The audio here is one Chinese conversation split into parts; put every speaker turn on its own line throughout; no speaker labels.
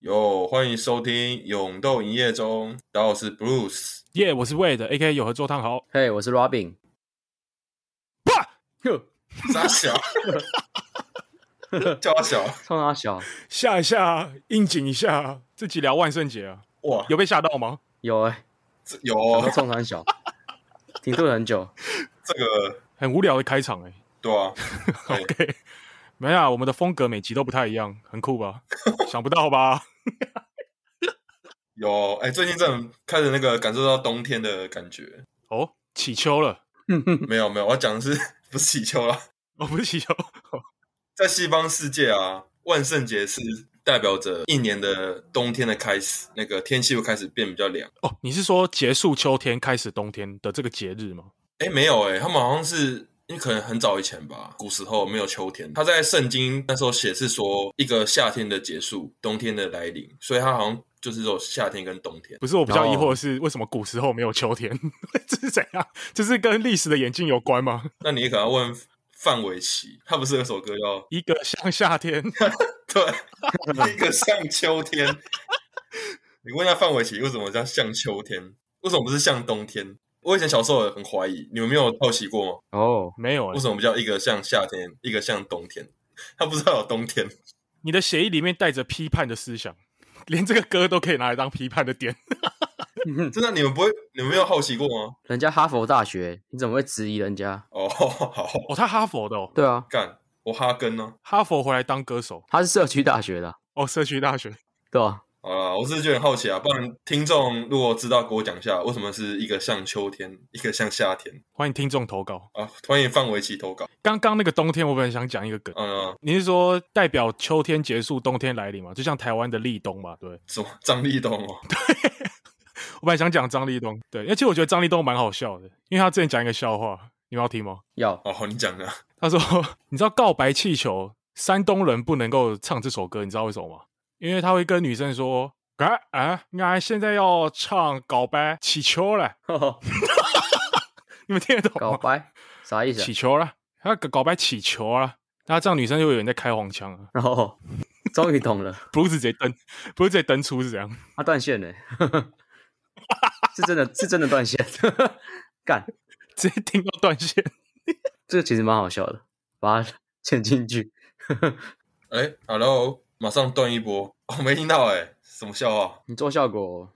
哟，欢迎收听《勇斗营业中》，大家好，我是 Bruce。
耶我是 Wade，A.K. 有合作汤豪。
嘿我是 Robin。
哇，
哟，
傻小，叫他小，
冲他小，
吓一下，应景一下，这集聊万圣节啊，
哇，
有被吓到吗？
有哎、
这有
欸，
哦
我冲他小，停顿很久。
这个，
很无聊的开场哎、
对啊，对
OK，没啊，我们的风格每集都不太一样，很酷 吧？想不到吧？
有，哎，最近真的开始那个感受到冬天的感觉。
哦，起秋了，
没有没有，我要讲的是不是起秋啦？
哦，不是起秋，
在西方世界啊，万圣节是代表着一年的冬天的开始，那个天气会开始变比较凉。
哦，你是说结束秋天开始冬天的这个节日吗？
哎，没有哎、他们好像是因为可能很早以前吧，古时候没有秋天。他在圣经那时候写是说一个夏天的结束，冬天的来临，所以他好像就是有夏天跟冬天。
不是，我比较
哦
疑惑的是为什么古时候没有秋天？ 这是怎样？这是跟历史的演进有关吗？
那你也可能要问范玮琪，他不是有首歌叫
一个像夏天，
对 一个像秋天？你问一下范玮琪为什么叫像秋天？为什么不是像冬天？我以前小时候也很怀疑，你们没有好奇过吗？
哦，
没有、
为
欸。
什么不叫一个像夏天，一个像冬天？他不知道有冬天，
你的协议里面带着批判的思想，连这个歌都可以拿来当批判的点。
真的你们不会，你们没有好奇过吗？
人家哈佛大学，你怎么会质疑人家？
哦， 好，
哦，他哈佛的哦，
对啊，
干，我哈根呢、
哈佛回来当歌手
他是社区大学的啊，
哦，社区大学
对吧、
好啦，我只是觉得很好奇啊，不然听众如果知道，给我讲一下为什么是一个像秋天，一个像夏天
欢迎听众投稿。
啊？欢迎范围棋投稿。
刚刚那个冬天，我本来想讲一个梗，
嗯，
你是说代表秋天结束，冬天来临嘛？就像台湾的立冬嘛，对。
什么张立东哦？
我本来想讲张立东，对，而且我觉得张立东蛮好笑的，因为他之前讲一个笑话，你们要听吗？
要
哦，你讲的，
他说：“ 你知道《告白气球》山东人不能够唱这首歌，你知道为什么吗？因为他会跟女生说。”啊啊！俺现在要唱《告白气球》了，你们听得懂
告
吗？
白啥意思、
起
啊？
球了，他搞搞白起球了，那这样女生就有人在开黄腔了，
然后终于懂了，
不是直接登， 不是直接登出是怎样？
他断线了，欸 是真的，是真的断线。干，
直接听到断线。
这个其实蛮好笑的，把它剪进去。
哎，Hello，马上断一波，我、哦、没听到哎、什么笑话？
你做效果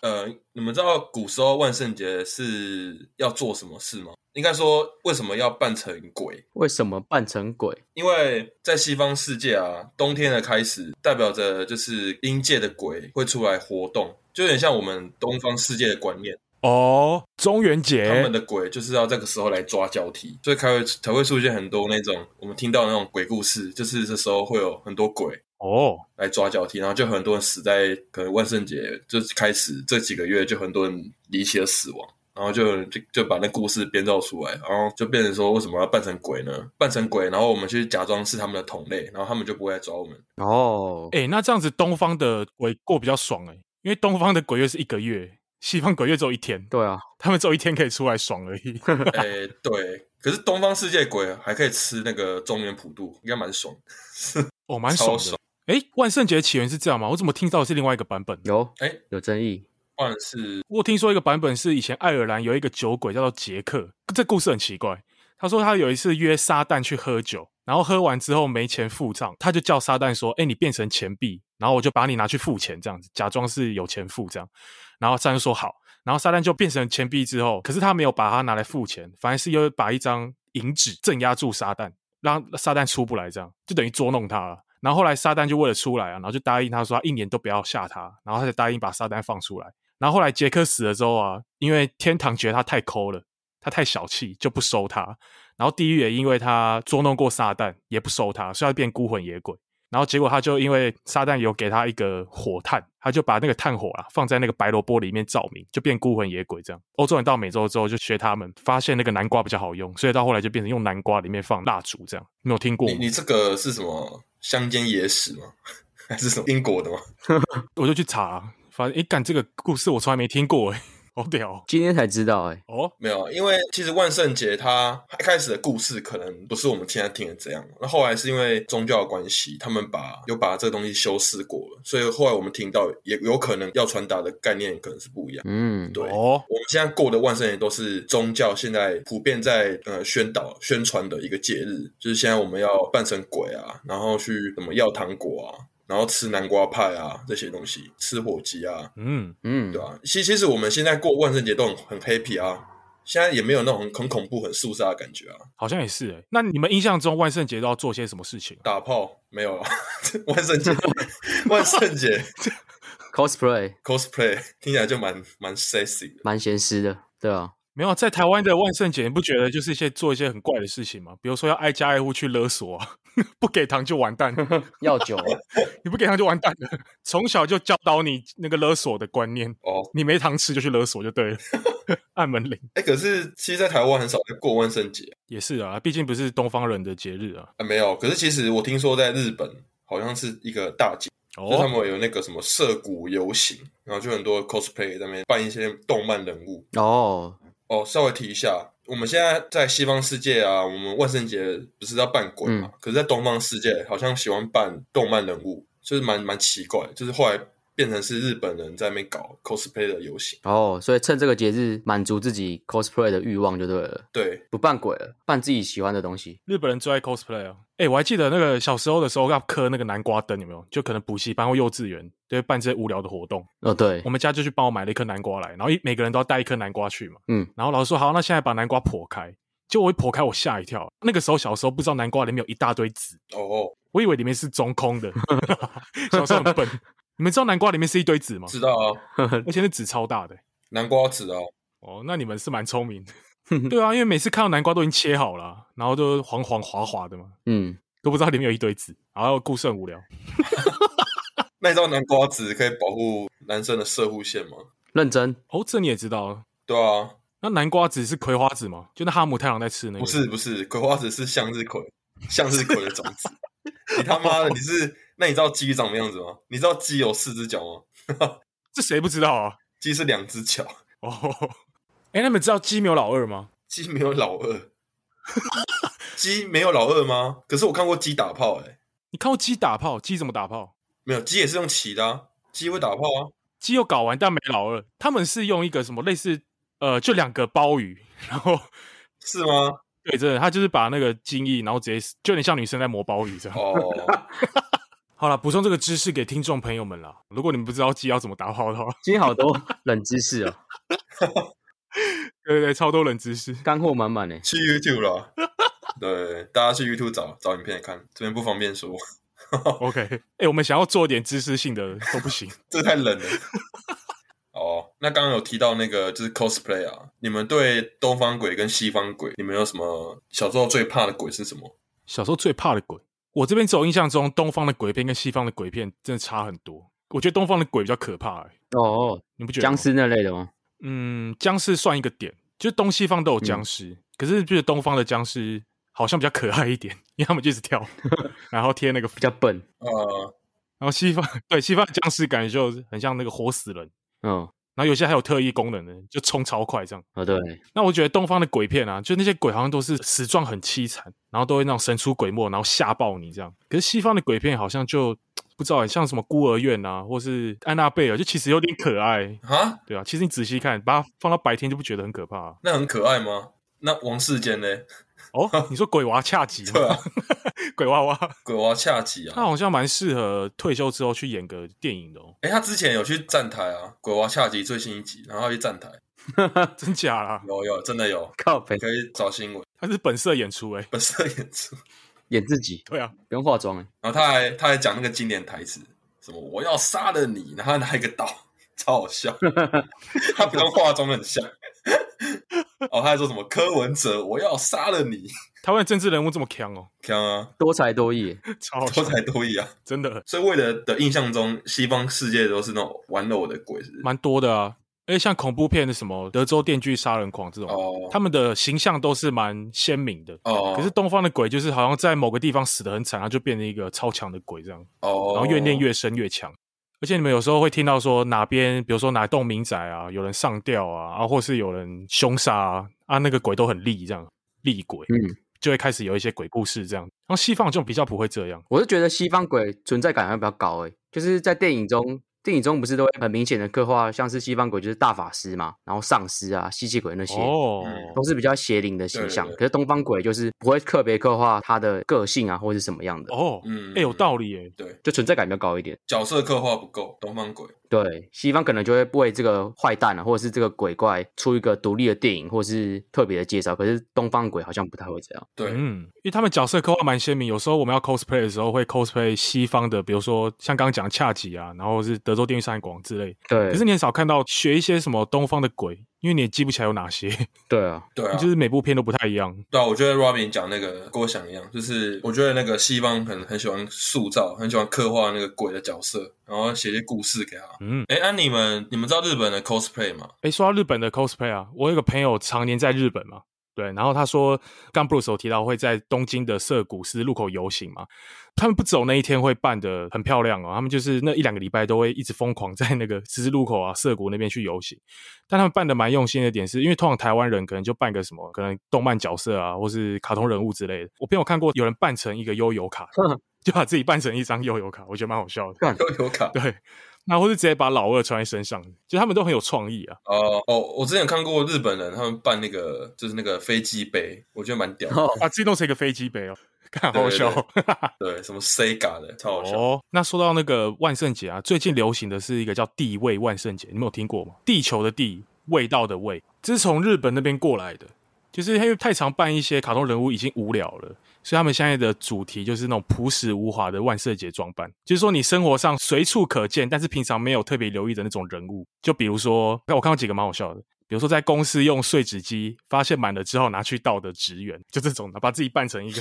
呃，你们知道古时候万圣节是要做什么事吗？应该说为什么要扮成鬼？
为什么扮成鬼？
因为在西方世界啊，冬天的开始代表着就是阴界的鬼会出来活动，就有点像我们东方世界的观念，
哦，中元
他们
节
的鬼就是要这个时候来抓交替，所以才会才会出现很多那种我们听到的那种鬼故事，就是这时候会有很多鬼
哦，
来抓交替，然后就很多人死在可能万圣节就是开始这几个月就很多人离奇的死亡。然后就就就把那故事编造出来，然后就变成说为什么要扮成鬼呢？扮成鬼，然后我们去假装是他们的同类，然后他们就不会来抓我们。
哦，
哎，那这样子东方的鬼过比较爽哎，因为东方的鬼月是一个月，西方鬼月只有一天，
对啊，
他们只有一天可以出来爽而已。
哎、对，可是东方世界鬼还可以吃那个中原普渡，应该蛮爽。
哦，蛮爽
超爽
的。哎，万圣节起源是这样吗？我怎么听到的是另外一个版本？
有
哎
有争议，
不然是
我听说一个版本是以前爱尔兰有一个酒鬼叫做杰克，这故事很奇怪。他说他有一次约撒旦去喝酒，然后喝完之后没钱付账，他就叫撒旦说：“哎，你变成钱币，然后我就把你拿去付钱，这样子假装是有钱付这样。”然后撒旦说好，然后撒旦就变成钱币之后，可是他没有把它拿来付钱，反而是又把一张银纸镇压住撒旦，让撒旦出不来，这样就等于捉弄他了。然后后来撒旦就为了出来啊，然后就答应他说他一年都不要吓他，然后他才答应把撒旦放出来。然后后来杰克死了之后啊，因为天堂觉得他太抠了，他太小气，就不收他。然后地狱也因为他捉弄过撒旦，也不收他，所以他变孤魂野鬼。然后结果他就因为撒旦有给他一个火炭，他就把那个炭火啊放在那个白萝卜里面照明，就变孤魂野鬼这样。欧洲人到美洲之后就学他们，发现那个南瓜比较好用，所以到后来就变成用南瓜里面放蜡烛这样。你有听过
你
吗？
你这个是什么乡间野史吗？ 还是什么英国的吗？
啊我就去查，发现诶，干这个故事我从来没听过诶。 好屌哦
今天才知道哎、
哦！
没有，因为其实万圣节它一开始的故事可能不是我们现在听的这样，那后来是因为宗教的关系，他们把有把这个东西修饰过了，所以后来我们听到也有可能要传达的概念可能是不一样。
嗯，
对，
哦，
我们现在过的万圣节都是宗教现在普遍在呃宣导宣传的一个节日，就是现在我们要扮成鬼啊，然后去什么要糖果啊，然后吃南瓜派啊这些东西，吃火鸡啊，
嗯，
嗯
对，啊，其其实我们现在过万圣节都很很 happy 啊，现在也没有那种很很恐怖、很肃杀的感觉啊。
好像也是哎。那你们印象中万圣节都要做些什么事情？
打炮没有啊， 万圣节万圣节
cosplay
cosplay 听起来就蛮蛮 sexy 的。
蛮闲湿的，对啊，
没有啊，在台湾的万圣节，你不觉得就是一些做一些很怪的事情吗？比如说要挨家挨户去勒索啊， 不给糖就完蛋，
药酒啊，
你不给糖就完蛋了。 从小就教导你那个勒索的观念，
哦，
你没糖吃就去勒索就对了， 按门铃
哎，可是其实，在台湾很少在过万圣节
也是啊，毕竟不是东方人的节日啊。
啊，没有。可是其实我听说在日本好像是一个大节，就是他
哦，
们有那个什么涉谷游行，然后就很多 cosplay 在那边扮一些动漫人物，
哦，
哦，稍微提一下，我们现在在西方世界啊，我们万圣节不是要扮鬼嘛？可是，在东方世界好像喜欢扮动漫人物，就是蛮蛮奇怪，就是后来变成是日本人在那边搞 cosplay 的游行。
哦，所以趁这个节日满足自己 cosplay 的欲望就对了，
对，
不扮鬼了，扮自己喜欢的东西。
日本人最爱 cosplay 啊。哎、我还记得那个小时候的时候要刻那个南瓜灯，有没有？就可能补习班或幼稚园就会办这些无聊的活动，
哦，对
我，们家就去帮我买了一颗南瓜来，然后一每个人都要带一颗南瓜去嘛。
嗯，
然后老师说好，那现在把南瓜剖开。结果我一剖开，我吓一跳。那个时候小时候不知道南瓜里面有一大堆籽，
哦，
我以为里面是中空的。小时候很笨。你们知道南瓜里面是一堆籽吗？
知道啊，
而且那籽超大的、
南瓜籽啊，
哦，那你们是蛮聪明的。对啊，因为每次看到南瓜都已经切好了啊，然后就黄黄滑滑的嘛，
嗯，
都不知道里面有一堆籽。然后故事很无聊。
那你知道南瓜籽可以保护男生的射护线吗？
认真
哦，这你也知道。
对啊，
那南瓜籽是葵花籽吗？就那哈姆太郎在吃那个？
不，是不是，葵花籽是向日葵，向日葵的种子。 你他妈的，你是？那你知道鸡长什么样子吗？你知道鸡有四只脚吗？
这谁不知道啊？
鸡是两只脚。
哦， 哎，那你们知道鸡没有老二吗？
鸡没有老二， 鸡没有老二吗？可是我看过鸡打炮、欸，哎，
你看过鸡打炮？鸡怎么打炮？
没有，鸡也是用骑的、啊，鸡会打炮啊。
鸡又搞完，但没老二。他们是用一个什么类似呃，就两个鲍鱼，然后
是吗？
对，真的，他就是把那个精液，然后直接就有点像女生在磨鲍鱼这样。
哦，
好了，补充这个知识给听众朋友们啦。如果你们不知道鸡要怎么打炮的话，
今天好多冷知识哦，
对对对，超多冷知识。
干货满欸满呢。
去 YouTube 啦。对，大家去 YouTube 找找影片看，这边不方便说，
OK，哎、 我们想要做点知识性的都不行。
这个太冷了。哦，那刚刚有提到那个就是 cosplay 啊，你们对东方鬼跟西方鬼，你们有什么小时候最怕的鬼是什么？
小时候最怕的鬼，我这边只有印象中东方的鬼片跟西方的鬼片真的差很多。我觉得东方的鬼比较可怕、欸，
哦，
你不觉得？
僵？尸那类的吗？
嗯，僵尸算一个点，就是东西方都有僵尸，可是就是东方的僵尸好像比较可爱一点，因为他们就一直跳，然后贴那个
比较笨。
呃，
然后西方对西方的僵尸感觉就很像那个活死人，
嗯，
然后有些还有特异功能的，就冲超快这样。
哦对，
那我觉得东方的鬼片啊，就那些鬼好像都是死状很凄惨，然后都会那种神出鬼没，然后吓爆你这样。可是西方的鬼片好像就不知道欸，像什么孤儿院啊，或是安娜贝尔，就其实有点可爱，
啊，
对啊。其实你仔细看，把它放到白天就不觉得很可怕啊、
那很可爱吗？那王世坚呢？
哦，你说鬼娃恰吉吗？
对啊
鬼娃娃，
鬼娃恰吉啊
他，好像蛮适合退休之后去演个电影的哦，
哎、他之前有去站台啊，《鬼娃下集》最新一集，然后他去站台，
真假啦？
有有真的有，
靠北
你可以找新闻，
他是本色演出诶、
本色演出。
演自己，
对啊，
不用化妆哎。
然后他还他还讲那个经典台词，什么我要杀了你，然后他拿一个刀，超好 笑，他不用化妆很像。哦，他还说什么柯文哲，我要杀了你，
台湾的政治人物这么强哦，
看啊，
多才多艺欸，
超好
多
笑，
才多艺啊。
真的
所以为了的印象中，西方世界都是那种玩偶的鬼，是不是
蛮多的啊。而且像恐怖片的什么《德州电锯杀人狂》这种，
哦
他们的形象都是蛮鲜明的。
哦，
可是东方的鬼就是好像在某个地方死得很惨，他就变成一个超强的鬼这样，
哦，
然后越练越深越强。而且你们有时候会听到说哪边，比如说哪栋民宅啊，有人上吊啊，啊，或是有人凶杀啊，啊，那个鬼都很厉，这样厉鬼，
嗯，
就会开始有一些鬼故事这样。然后西方就比较不会这样，
我是觉得西方鬼存在感还比较高诶、就是在电影中，电影中不是都会很明显的刻画，像是西方鬼就是大法师嘛，然后丧尸啊、吸血鬼那些，
哦，
嗯
都是比较邪灵的形
对
象。
对
可是东方鬼就是不会特别刻画他的个性啊，或是什么样的，
哦，
嗯，
哎、有道理耶，
对，
就存在感比较高一点。
角色刻画不够，东方鬼，
对，西方可能就会为这个坏蛋啊，或者是这个鬼怪出一个独立的电影，或是特别的介绍。可是东方鬼好像不太会这样。
对，
嗯，因为他们角色刻画蛮鲜明，有时候我们要 cosplay 的时候会 cosplay 西方的，比如说像刚刚讲的恰吉啊，然后是德州电锯杀人狂之类，
对
可是你很少看到学一些什么东方的鬼，因为你也记不起来有哪些，
对啊，，
对啊，
就是每部片都不太一样。
对啊，我觉得 Robin 讲那个跟我想一样，就是我觉得那个西方很很喜欢塑造，很喜欢刻画那个鬼的角色，然后写一些故事给他。
嗯，
哎，那、你们你们知道日本的 cosplay 吗？
诶，说到日本的 cosplay 啊，我有个朋友常年在日本嘛，对，然后他说，刚 Bruce 有提到会在东京的涩谷是路口游行嘛，他们不走那一天会办的很漂亮哦，他们就是那一两个礼拜都会一直疯狂在那个十字路口啊、涩谷那边去游行，但他们办的蛮用心的点是，因为通常台湾人可能就办个什么，可能动漫角色啊，或是卡通人物之类的，我朋友看过有人扮成一个悠游卡就把自己扮成一张悠游卡，我觉得蛮好笑的。
悠游卡
对，那或是直接把老二穿在身上，就他们都很有创意啊。
哦哦，我之前看过日本人他们办那个就是那个飞机杯，我觉得蛮屌的。
哦，
把啊自己弄成一个飞机 杯哦，看好好笑哦。
对，什么 Sega 的，超好笑。
哦，那说到那个万圣节啊，最近流行的是一个叫地味万圣节，你们有听过吗？地球的地，味道的味，这是从日本那边过来的。就是因为太常办一些卡通人物已经无聊了，所以他们现在的主题就是那种朴实无华的万圣节装扮，就是说你生活上随处可见，但是平常没有特别留意的那种人物。就比如说，我看过几个蛮好笑的，比如说在公司用碎纸机发现满了之后拿去倒的职员，就这种的，把自己扮成一个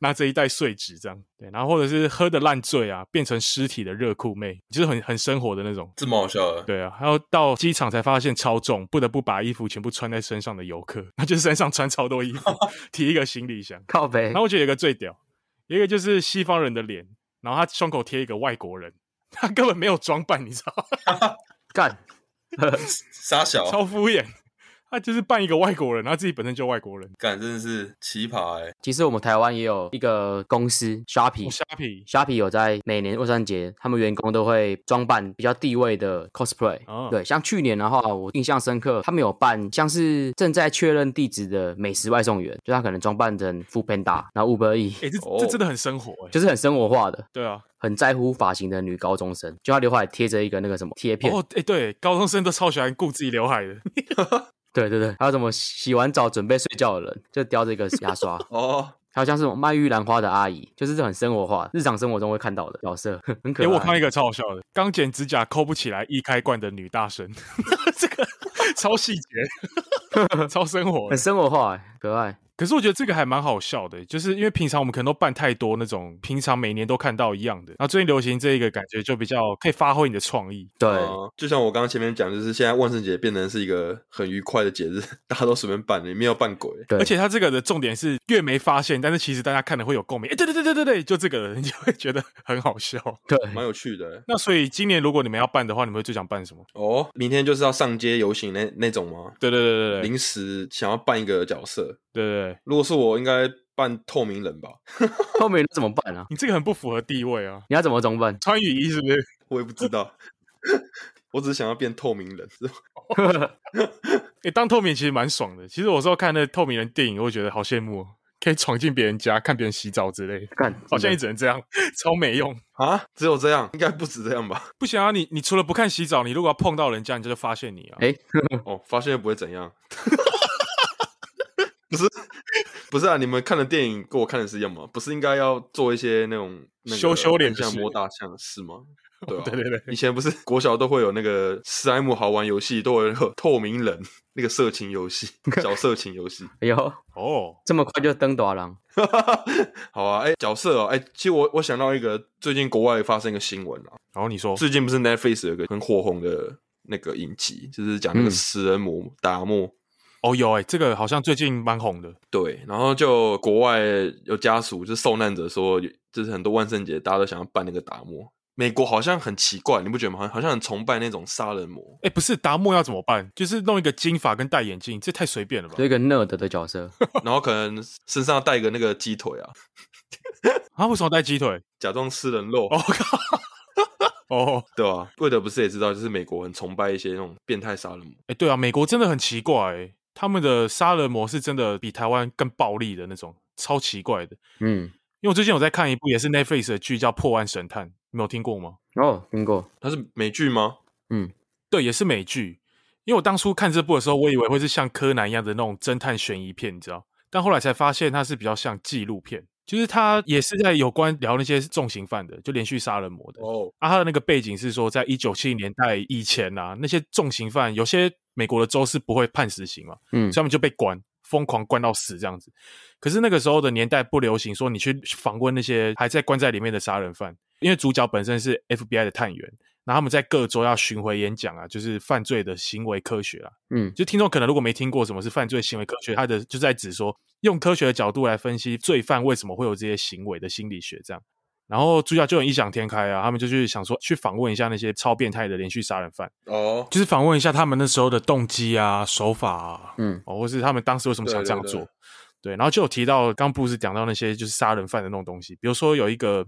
拿着一袋碎纸这样，对，然后或者是喝的烂醉啊，变成尸体的热裤妹，就是很很生活的那种。
这蛮好笑的，
对啊，还有到机场才发现超重，不得不把衣服全部穿在身上的游客， 他就是身上穿超多衣服，提一个行李箱。
靠北
然后我觉得有一个最屌，有一个就是西方人的脸，然后他胸口贴一个外国人，他根本没有装扮，你知道吗？
干，
傻小
超敷衍，他就是扮一个外国人，他自己本身就外国人。
感真的是奇葩哎、
其实我们台湾也有一个公司 Sharpie，
我 虾皮
虾皮有在每年万圣节，他们员工都会装扮比较地位的 cosplay、
哦
对，像去年的话，我印象深刻，他们有办像是正在确认地址的美食外送员，就他可能装扮成 Food Panda，然后 Uber E，、
哎、这
哦。
这真的很生活哎、
就是很生活化的，
对啊，
很在乎发型的女高中生，就她刘海贴着一个那个什么贴片，
哦，哎、对，高中生都超喜欢顾自己刘海的，
对对对，还有什么洗完澡准备睡觉的人，就叼着一个牙 刷
哦，
还有像是什么卖玉兰花的阿姨，就是很生活化，日常生活中会看到的角色， 很可
给
爱。
哎我看到一个超好笑的，刚剪指甲抠不起来，一开罐的女大 神，这个超细节， 超生活
很
的。
生活化、欸可爱。
可是我觉得这个还蛮好笑的，就是因为平常我们可能都办太多那种平常每年都看到一样的，然后最近流行这一个，感觉就比较可以发挥你的创意。
对，
呃就像我刚刚前面讲，就是现在万圣节变成是一个很愉快的节日，大家都随便扮，也没有扮鬼。
对
而且它这个的重点是越没发现，但是其实大家看了会有共鸣。哎，对对对对对对，就这个，你就会觉得很好 笑。
对，
蛮有趣的
那所以今年如果你们要办的话，你们会最想办什么？
哦。明天就是要上街游行那那种吗？
对对对对对
临时想要扮一个角色，
对对，
如果是我，应该扮透明人吧？
后面怎么办啊？
你这个很不符合地位啊！
你要怎么装扮？
穿雨衣是不是？
我也不知道， 我只是想要变透明人。
诶，当透明其实蛮爽的。其实我有时候看那透明人电影，我会觉得好羡慕、哦，可以闯进别人家看别人洗澡之类的。
看，
好像也
真的
只能这样， 超没用。
啊，只有这样，应该不止这样吧？
不行啊，你你除了不看洗澡，你如果要碰到人家，人家就发现你啊。
诶
哦，发现又不会怎样。 不是，不是啊！你们看的电影跟我看的是一样吗？不是应该要做一些那种那个
羞羞脸的
像
事
摸大象是吗？对 啊，
对对对，
以前不是 国小都会有那个史莱姆好玩游戏，都会有透明人那个色情游戏，角色情游戏。
哎呦，
哦，
这么快就登大郎，
好啊，哎、角色哦，哎、其实我我想到一个最近国外发生一个新闻啊，
然后你说，
最近不是 Netflix 有一个很火红的那个影集，就是讲那个
嗯
食人魔达摩。
哦有诶，这个好像最近蛮红的。
对，然后就国外有家属，就受难者说，就是很多万圣节大家都想要办那个达摩，美国好像很奇怪，你不觉得吗？好像很崇拜那种杀人魔。
哎，不是达莫要怎么办？就是弄一个金发跟戴眼镜，这太随便了吧？
做一个 nerd 的角色，
然后可能身上带个那个鸡腿啊，
啊，为什么戴鸡腿？
假装吃人肉，
哦靠！哦，
对吧、啊？魏德不是也知道，就是美国很崇拜一些那种变态杀人魔。
哎，对啊，美国真的很奇怪、欸，他们的杀人模式真的比台湾更暴力的那种，超奇怪的。
嗯，
因为我最近有在看一部也是 Netflix 的剧，叫《破案神探》，你们有听过吗？
哦，听过，
它是美剧吗？
嗯，
对，也是美剧。因为我当初看这部的时候，我以为会是像柯南一样的那种侦探悬疑片，你知道？但后来才发现它是比较像纪录片，就是它也是在有关聊那些重刑犯的，就连续杀人魔的。
哦，
啊，他的那个背景是说，在一九七零年代以前啊，那些重刑犯有些美国的州是不会判死刑嘛，
嗯
所以，他们就被关，疯狂关到死这样子。可是那个时候的年代不流行说你去访问那些还在关在里面的杀人犯，因为主角本身是 FBI 的探员，然后他们在各州要巡回演讲啊，就是犯罪的行为科学啊。
嗯，
就听众可能如果没听过什么是犯罪行为科学，它的就在指说用科学的角度来分析罪犯为什么会有这些行为的心理学这样。然后主角就很异想天开啊，他们就去想说去访问一下那些超变态的连续杀人犯，
哦，
就是访问一下他们那时候的动机啊、手法啊，
嗯，
哦，或是他们当时为什么想这样做。
对对
对然后就有提到，刚布是讲到那些就是杀人犯的那种东西，比如说有一个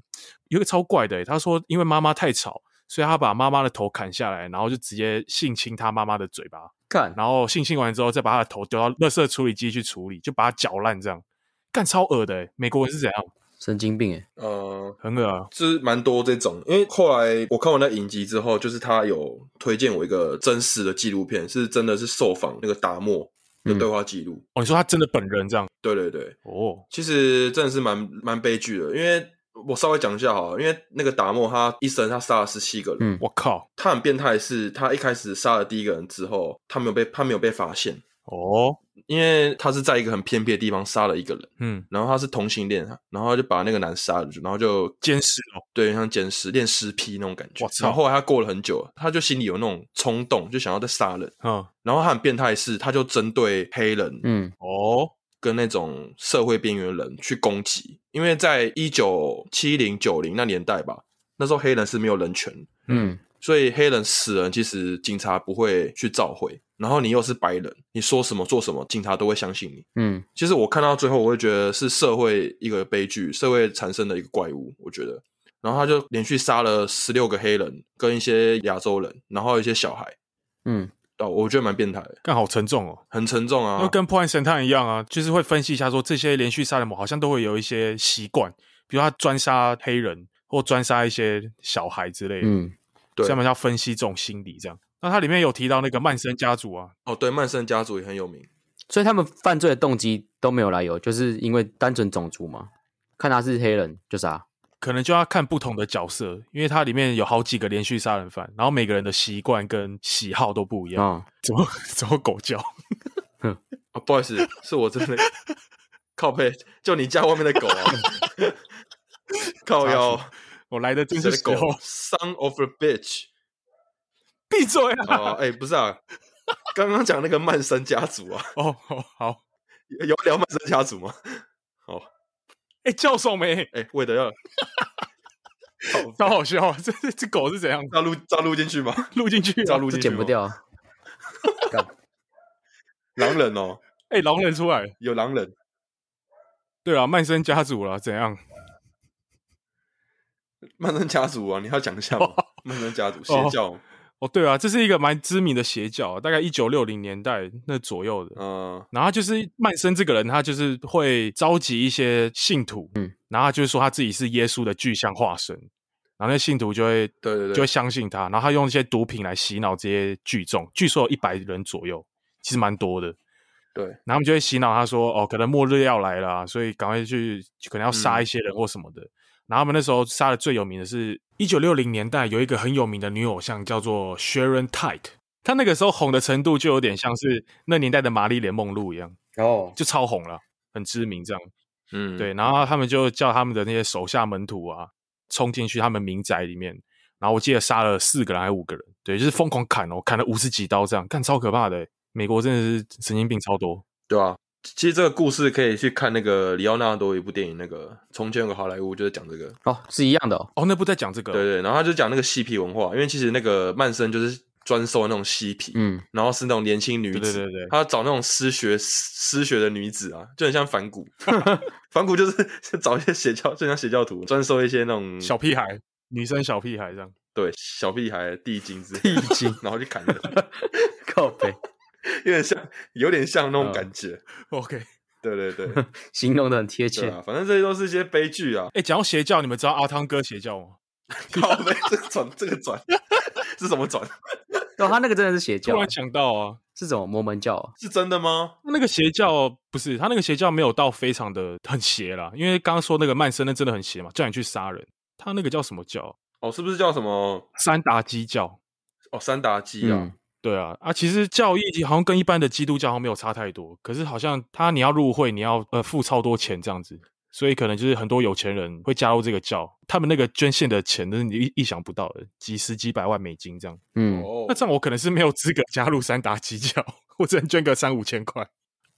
有一个超怪的欸，他说因为妈妈太吵，所以他把妈妈的头砍下来，然后就直接性侵他妈妈的嘴巴，
看，
然后性侵完之后再把他的头丢到垃圾处理机去处理，就把它搅烂这样，干超恶的欸、美国人是怎样？
神经病哎，
呃，
很恶啊！
就是蛮多这种，因为后来我看完那影集之后，就是他有推荐我一个真实的纪录片，是真的是受访那个达莫的
嗯
对话记录。
哦，你说他真的本人这样？
对对对，
哦，
其实真的是蛮蛮悲剧的，因为我稍微讲一下好了，因为那个达莫他一生他杀了十七个人，
嗯
我靠！
他很变态的是，他一开始杀了第一个人之后，他没有被他没有被发现，
哦，
因为他是在一个很偏僻的地方杀了一个人，
嗯，
然后他是同性恋，然后他就把那个男杀了，然后就
监视哦，
对像捡尸练尸癖那种感觉
我。操
然后后来他过了很久，他就心里有那种冲动，就想要再杀人。
嗯，
然后他很变态的是，他就针对黑人
嗯
哦，
跟那种社会边缘人去攻击，因为在一九七零九零那年代吧，那时候黑人是没有人权的
嗯
所以黑人死人，其实警察不会去召回。然后你又是白人，你说什么做什么，警察都会相信你。
嗯，
其实我看到最后，我会觉得是社会一个悲剧，社会产生的一个怪物。我觉得，然后他就连续杀了十六个黑人跟一些亚洲人，然后一些小孩。
嗯
哦，我觉得蛮变态的，
干好沉重哦，
很沉重啊
那。跟破案神探一样啊，就是会分析一下说这些连续杀人魔好像都会有一些习惯，比如他专杀黑人或专杀一些小孩之类的，
嗯，
对
所以他们要分析这种心理这样。那它里面有提到那个曼森家族啊，
哦，对，曼森家族也很有名。
所以他们犯罪的动机都没有来由，就是因为单纯种族嘛，看他是黑人就杀，
可能就要看不同的角色，因为它里面有好几个连续杀人犯，然后每个人的习惯跟喜好都不
啊
一样。
哦，
怎么 怎么狗叫？
哦，不好意 思，是我真的靠背，就你家外面的狗啊，靠 腰，
我来的真是
谁的
时
狗
候，
，son of a bitch。
闭嘴啊！
哦，哎、不是啊，刚刚讲那个曼森家族啊，
哦，好好，
有有聊曼森家族吗？
哎、教授没，
哎、为了要靠
超好笑啊！这这这狗是怎样
要录要录进去吗？
录进去啊？
要录
这
进去
剪不
吗。
掉啊，
狼人哦，
哎、狼人出来，
有狼人，
对啊，曼森家族啦，怎样？
曼森家族啊，你要讲一下吗？曼森家族邪教，
哦，对啊，这是一个蛮知名的邪教啊、大概一九六零年代那左右的。
嗯、
然后就是曼森这个人，他就是会召集一些信徒，
嗯，
然后他就是说他自己是耶稣的具象化身，然后那信徒就会
对对对
就会相信他，然后他用一些毒品来洗脑这些聚众，据说有一百人左右，其实蛮多的。
对，
然后他们就会洗脑他说，哦，可能末日要来了啊、所以赶快去，可能要杀
嗯
一些人或什么的。然后他们那时候杀的最有名的是，一九六零年代有一个很有名的女偶像叫做 Sharon Tate，她那个时候红的程度就有点像是那年代的玛丽莲梦露一样，
哦，
就超红了，很知名这样。
嗯，
对，然后他们就叫他们的那些手下门徒啊，冲进去他们民宅里面，然后我记得杀了四个人还是五个人，对，就是疯狂砍哦，砍了五十几刀这样，干超可怕的欸。美国真的是神经病超多，
对啊，其实这个故事可以去看那个里奥纳多有一部电影，那个《从前有个好莱坞》，就是讲这个。
哦，是一样的哦。
哦，那部在讲这个哦，
对对，然后他就讲那个嬉皮文化，因为其实那个曼森就是专收那种嬉皮，
嗯，
然后是那种年轻女子，
对对对对
他找那种失学失学的女子啊，就很像反骨， 反骨就是 找一些邪教，就像邪教徒专收一些那种
小屁孩，女生小屁孩这样。
对小屁孩地精之地精，然后去砍人，
靠北，
有点像有点像那种感觉，
OK，哎、
对对对
形容的很贴
对
切。
啊，反正这些都是一些悲剧 啊，
哎讲到邪教，你们知道阿汤哥邪教吗？
靠背这个转这个转是什么转？
哦，他那个真的是邪
突
教啊，
然想到啊，
是什么摩门教啊？
是真的吗？
他那个邪教不是他那个邪教没有到非常的很邪啦，因为刚刚说那个曼森那真的很邪嘛，叫你去杀人，他那个叫什么教？
哦，是不是叫什么？
三达基教。
哦，三达基啊，
嗯
对啊，啊，其实教义好像跟一般的基督教好像没有差太多，可是好像他你要入会，你要呃付超多钱这样子，所以可能就是很多有钱人会加入这个教，他们那个捐献的钱都是你意意想不到的，几十几百万美金这样。
嗯，
哦
那，这样我可能是没有资格加入三达基教，我只能捐个三五千块。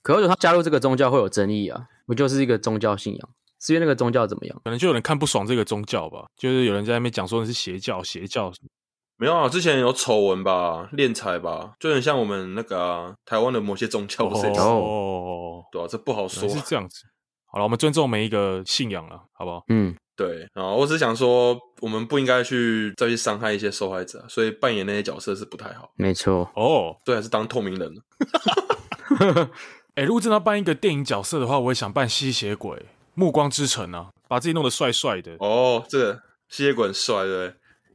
可是他加入这个宗教会有争议啊，不就是一个宗教信仰？是因为那个宗教怎么样？
可能就有人看不爽这个宗教吧，就是有人在那边讲说是邪教，邪教
没有啊，之前有丑闻吧，敛财吧，就很像我们那个啊、台湾的某些宗教不是也是、
哦
对啊，这不好说
原。来是这样子。好了，我们尊重每一个信仰了，好不好？
嗯，
对，然后我只是想说，我们不应该去再去伤害一些受害者，所以扮演那些角色是不太好。
没错。
哦，
对，还是当透明人。
哎，如果真的要扮一个电影角色的话，我也想扮吸血鬼、暮光之城啊，把自己弄得帅帅的。
哦，这个吸血鬼很帅，欸对不对？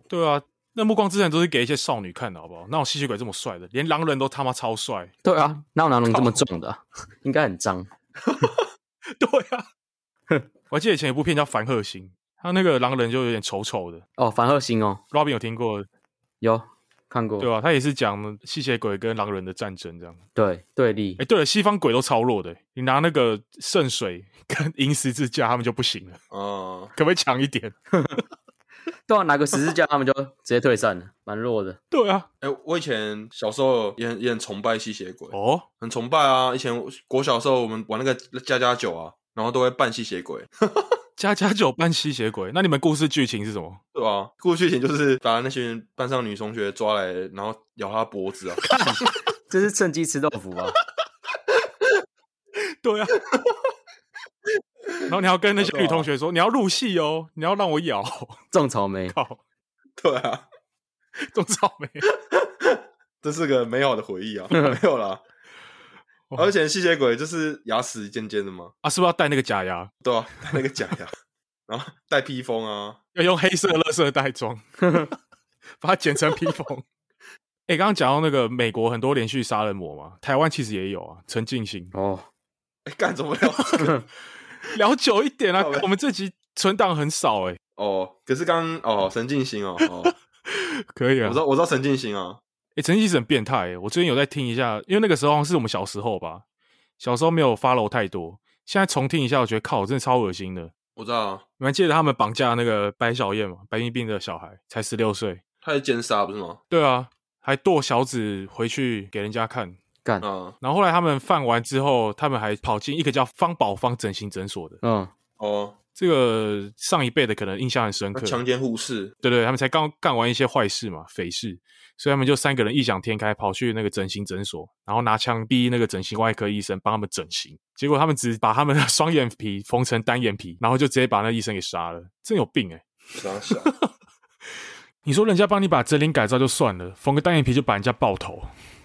对啊，那暮光之城都是给一些少女看的，好不好？那种吸血鬼这么帅的，连狼人都他妈超帅。
对啊，哪有男人这么壮的、啊？应该很脏。
对啊，我还记得以前有部片叫《凡鹤星》，他那个狼人就有点丑丑的。
哦，凡鹤星哦，
Robin 有听过
有看过。
对啊吧、他也是讲吸血鬼跟狼人的战争这样。
对对立
哎、，对了，西方鬼都超弱的，你拿那个圣水跟银十字架，他们就不行了，
啊、
可不可以强一点？
对啊，拿个十字架他们就直接退散了， 蛮弱的。
对啊，
哎、我以前小时候也很也很崇拜吸血鬼，
哦，
很崇拜啊。以前我国小的时候，我们玩那个家家酒啊，然后都会扮吸血鬼，
加加九扮吸血鬼，那你们故事剧情是什么？
对啊吧、过去以前就是把那些班上女同学抓来，然后咬她脖子 啊。
这是趁机吃豆腐 啊！
对啊， 然后你要跟那些女
啊
同学说，你要入戏哦，你要让我咬，
种草莓，
靠，
对啊，
种草莓，
这是个美好的回 忆啊，没有啦。
哇
而且吸血鬼就是牙齿尖尖的嘛，
啊，是不是要戴那个假牙？
对啊，戴那个假牙，然后戴披风啊，
要用黑色的垃圾 袋装，把它剪成披风。 哎、刚刚讲到那个美国很多连续杀人魔嘛，台湾其实也有啊，陈进兴。
哦，
哎、干什么了？
聊久一点啊
好嘞，
我们这集存档很少哎、
哦，可是刚哦，神进行哦，哦，
可以
我
啊
知。道我知道神进行啊，
哎、陈奕迅很变态、欸，我最近有在听一下，因为那个时候好像是我们小时候吧，小时候没有 follow 太多，现在重听一下，我觉得靠，真的超恶心的。
我知道啊，
你们还记得他们绑架那个白小燕嘛？白冰冰的小孩才十六岁，
他是奸杀不是吗？
对啊，还剁小指回去给人家看。
干，
啊，
然后后来他们犯完之后，他们还跑进一个叫方宝芳整形诊所的，
嗯，
哦，
这个上一辈的可能印象很深
他
刻。
强奸护士，
对对，他们才刚干完一些坏事嘛，匪事，所以他们就三个人异想天开，跑去那个整形诊所，然后拿枪逼那个整形外科医生帮他们整形，结果他们只把他们的 双眼皮缝成单眼皮，然后就直接把那医生给杀了，真有病哎、
傻小，
你说人家帮你把整脸改造就算了，缝个单眼皮就把人家爆头，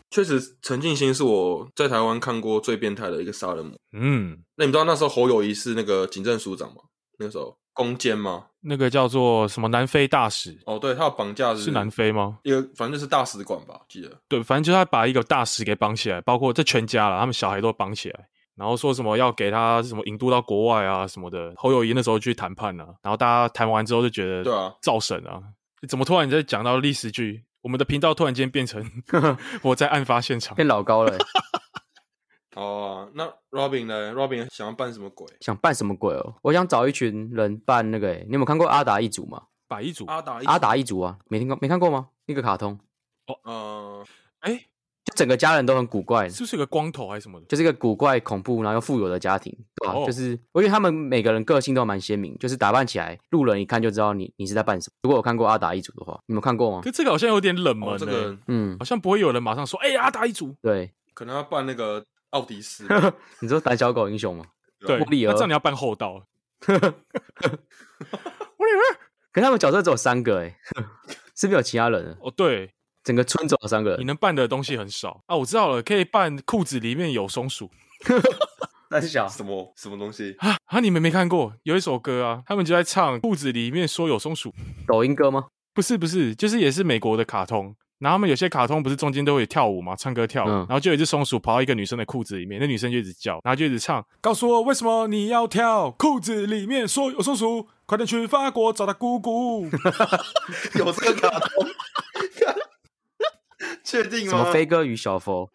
确实，陈进兴是我在台湾看过最变态的一个杀人魔。
嗯，
那你们知道那时候侯友谊是那个警政署长吗？那个时候攻坚吗？
那个叫做什么南非大使
哦，对，他有绑架
是南非吗？
一个，反正就是大使馆吧，记得。
对，反正就是他把一个大使给绑起来，包括这全家了，他们小孩都绑起来，然后说什么要给他什么引渡到国外啊什么的。侯友谊那时候去谈判啊，然后大家谈完之后就觉得
对啊
造神啊，怎么突然在讲到历史剧？我们的频道突然间变成 我在案发现场，
变老高了欸，
哦，那 Robin 呢？Robin 想要扮什么鬼？
想扮什么鬼哦？我想找一群人扮那个欸，你有没有看过阿达一族吗？
百一组，
哎
阿达一，
阿达一族啊，没听过没看过吗？那个卡通
呃，
哎、
就整个家人都很古怪，
是不是有个光头还是什么的？
就是一个古怪、恐怖，然后又富有的家庭，对吧、
哦
就是我觉得他们每个人个性都蛮鲜明，就是打扮起来，路人一看就知道你你是在扮什么。如果我看过《阿达一族》的话，你们看过吗？
可这个好像有点冷门、
哦，
欸
这个
嗯，
好像不会有人马上说，哎、阿达一族，
对，
可能要办那个奥迪斯，
你说胆小狗英雄吗？
对，
莫里
那
尔
这样你要办厚道，
可是他们角色只有三个、欸， 是不是有其他人了？
哦，对，
整个村只有三个
你
人，
能办的东西很少啊，我知道了，可以办裤子里面有松鼠
那是小
什么什么东 西？
啊啊，你们没看过有一首歌啊，他们就在唱裤子里面说有松鼠，
抖音歌吗？
不是不是，就是也是美国的卡通。然后他们有些卡通不是中间都会跳舞嘛，唱歌跳舞，
嗯
然后就有一只松鼠跑到一个女生的裤子里面，那女生就一直叫，然后就一直唱，告诉我为什么你要跳裤子里面说有松鼠，快点去法国找他姑姑。
有这个卡通？ 确定
什
吗
么？飞哥与小佛？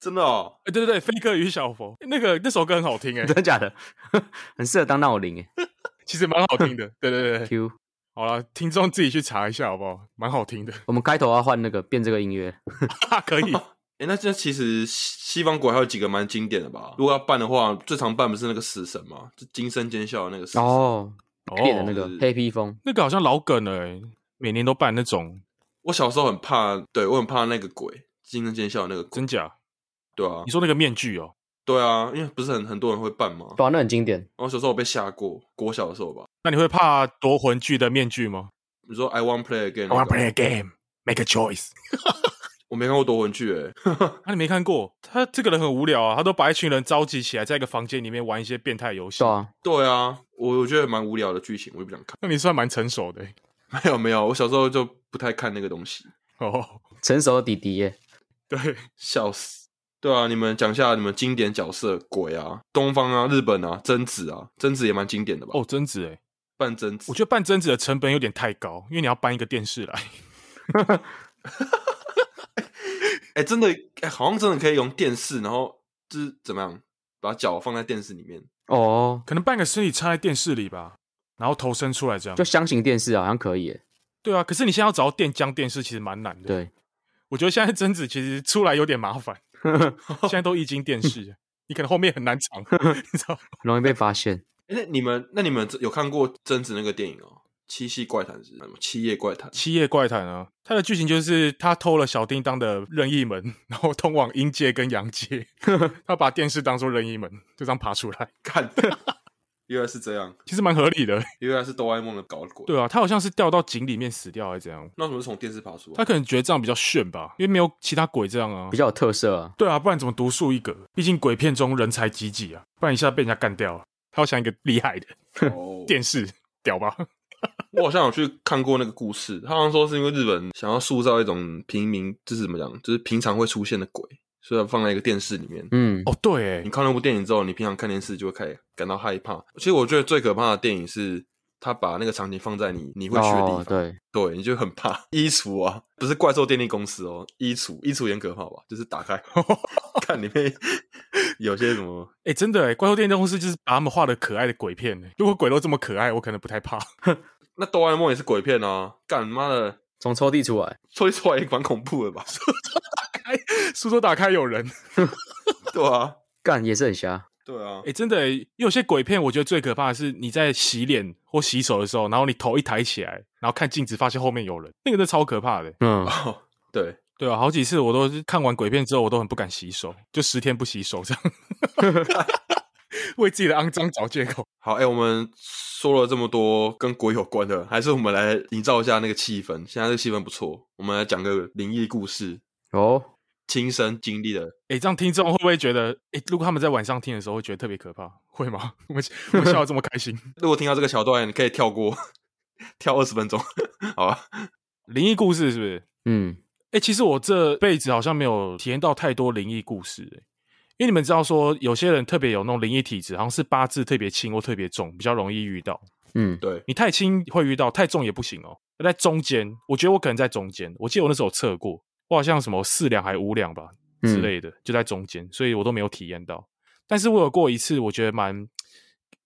真的哦，
欸对对对，飞哥与小佛那个那首歌很好听哎、
真的假的？ 很适合当闹铃哎。
其实蛮好听的。对对对，
Q，
好了，听众自己去查一下好不好？蛮好 听的，
我们开头要换那个变这个音乐，
可以。
哎、那这其实西西方国还有几个蛮经典的吧？如果要办的话，最常办不是那个死神嘛，就惊声尖笑的那个死神。
哦，变的那个
是
黑披风，
那个好像老梗了、欸，每年都办那种，
我小时候很怕，对我很怕那个鬼，惊声尖笑的那个鬼
真，假？
对啊
你，说那个面具哦、
对啊，因为不是很很多人会办嘛。
对啊，那很经典。
然后小时候我被吓过，国小的时候吧。
那你会怕夺魂剧的面具吗
你说 I want play again，、
？I wanna play a game, make a choice。
我没看过夺魂剧欸诶、
啊，你没看过？他这个人很无聊啊，他都把一群人召集起来，在一个房间里面玩一些变态游戏
对。啊，
对啊，我我觉得蛮无聊的剧情，我也不想看。
那你算蛮成熟的欸、
没有没有，我小时候就不太看那个东西，
哦。
成熟的弟弟欸耶，
对，
笑死。对啊，你们讲一下你们经典角色鬼啊，东方啊，日本啊，贞子啊，贞子也蛮经典的吧？
哦，贞子哎、
扮贞子，
我觉得办贞子的成本有点太高，因为你要搬一个电视来。
哎、真的、哎，好像真的可以用电视，然后就是怎么样，把脚放在电视里面。
哦，
可能半个身体插在电视里吧，然后头伸出来这样
就。箱型电视啊好像可以耶。
对啊，可是你现在要找到电浆电视其实蛮难的。，
对，
我觉得现在贞子其实出来有点麻烦，现在都液晶电视，你可能后面很难 藏，你知道吗？
容易被发现。
哎、那你们那你们有看过贞子那个电影哦，《七夕怪谈》是什么？《七夜怪谈》
《七夜怪谈》啊，它的剧情就是他偷了小叮当的任意门， 然后通往阴界跟阳 界，他把电视当做任意门，就这样爬 出来，
看，原来是这样，
其实蛮合理的。
原来是哆啦 A 梦的搞鬼。，
对啊，他好像是掉到井里面死掉还是怎样？
那为什么是从电视爬出
他
来？
可能觉得这样比较炫吧，因为没有其他鬼这样啊
比。较有特色啊。
对啊，不然怎么独树一格？毕竟鬼片中人才济济啊，不然一下被人家干掉了。他要想一个厉害的
哦，
电视，屌吧？
我好像有去看过那个故事，他好像说是因为日本想要塑造一种平民，就是怎么讲，就是平常会出现的鬼，所以放在一个电视里面。
嗯，
哦，对，
你
哎，
看那部电影之后，你平常看电视就会开始感到害怕。其实我觉得最可怕的电影是，他把那个场景放在你你会去的地方，
哦，对，
对你就很怕。衣橱啊，不是怪兽电力公司哦，衣橱，衣橱也很可怕吧？就是打开 看里面有些什么，
真的哎，怪兽电影公司就是把他们画的可爱的鬼片欸。如果鬼都这么可爱，我可能不太怕。
那哆啦 A 梦也是鬼片啊，干妈的，
从抽屉出来，
说出来也蛮恐怖的吧？
书桌打开有人，
对啊，
干也是很瞎。
对啊
哎、，真的、欸，有些鬼片我觉得最可怕的是你在洗脸或洗手的时候，然后你头一抬起来，然后看镜子发现后面有人，那个真的超可怕的欸、
嗯，
哦，对，
对啊，好几次我都是看完鬼片之后，我都很不敢洗手，就十天不洗手这样， 为自己的肮脏找借口。
好，哎、我们说了这么多跟鬼有关的，还是我们来营造一下那个气氛。现在这个气氛不错，我们来讲个灵异故事，
哦，
亲身经历的。
哎、这样听众会不会觉得，哎、如果他们在晚上听的时候，会觉得特别可怕，会吗？ 我们我们笑得这么开心，
如果听到这个桥段，你可以跳过， 跳二十分钟， 好吧？
灵异故事是不是？
嗯，
哎、其实我这辈子好像没有体验到太多灵异故事、欸，因为你们知道说有些人特别有那种灵异体质，好像是八字特别轻或特别重，比较容易遇到。
嗯，
对，
你太轻会遇到，太重也不行哦。在中间，我觉得我可能在中间。我记得我那时候有测过，我好像什么四两还五两吧
嗯
之类的，就在中间，所以我都没有体验到。但是我有过一次，我觉得蛮，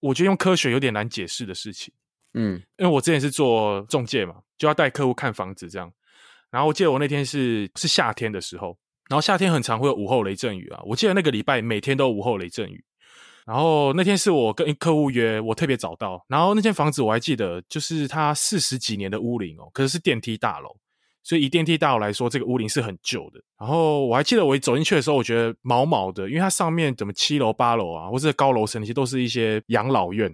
我觉得用科学有点难解释的事情。
嗯，
因为我之前是做中介嘛，就要带客户看房子这样。然后我记得我那天是是夏天的时候，然后夏天很常会有午后雷阵雨啊，我记得那个礼拜每天都有午后雷阵雨。然后那天是我跟客户约，我特别早到。然后那间房子我还记得，就是它四十几年的屋龄哦，可是是电梯大楼，所以以电梯大楼来说，这个屋龄是很旧的。然后我还记得我一走进去的时候，我觉得毛毛的，因为它上面怎么七楼、八楼啊，或者高楼层那些都是一些养老院，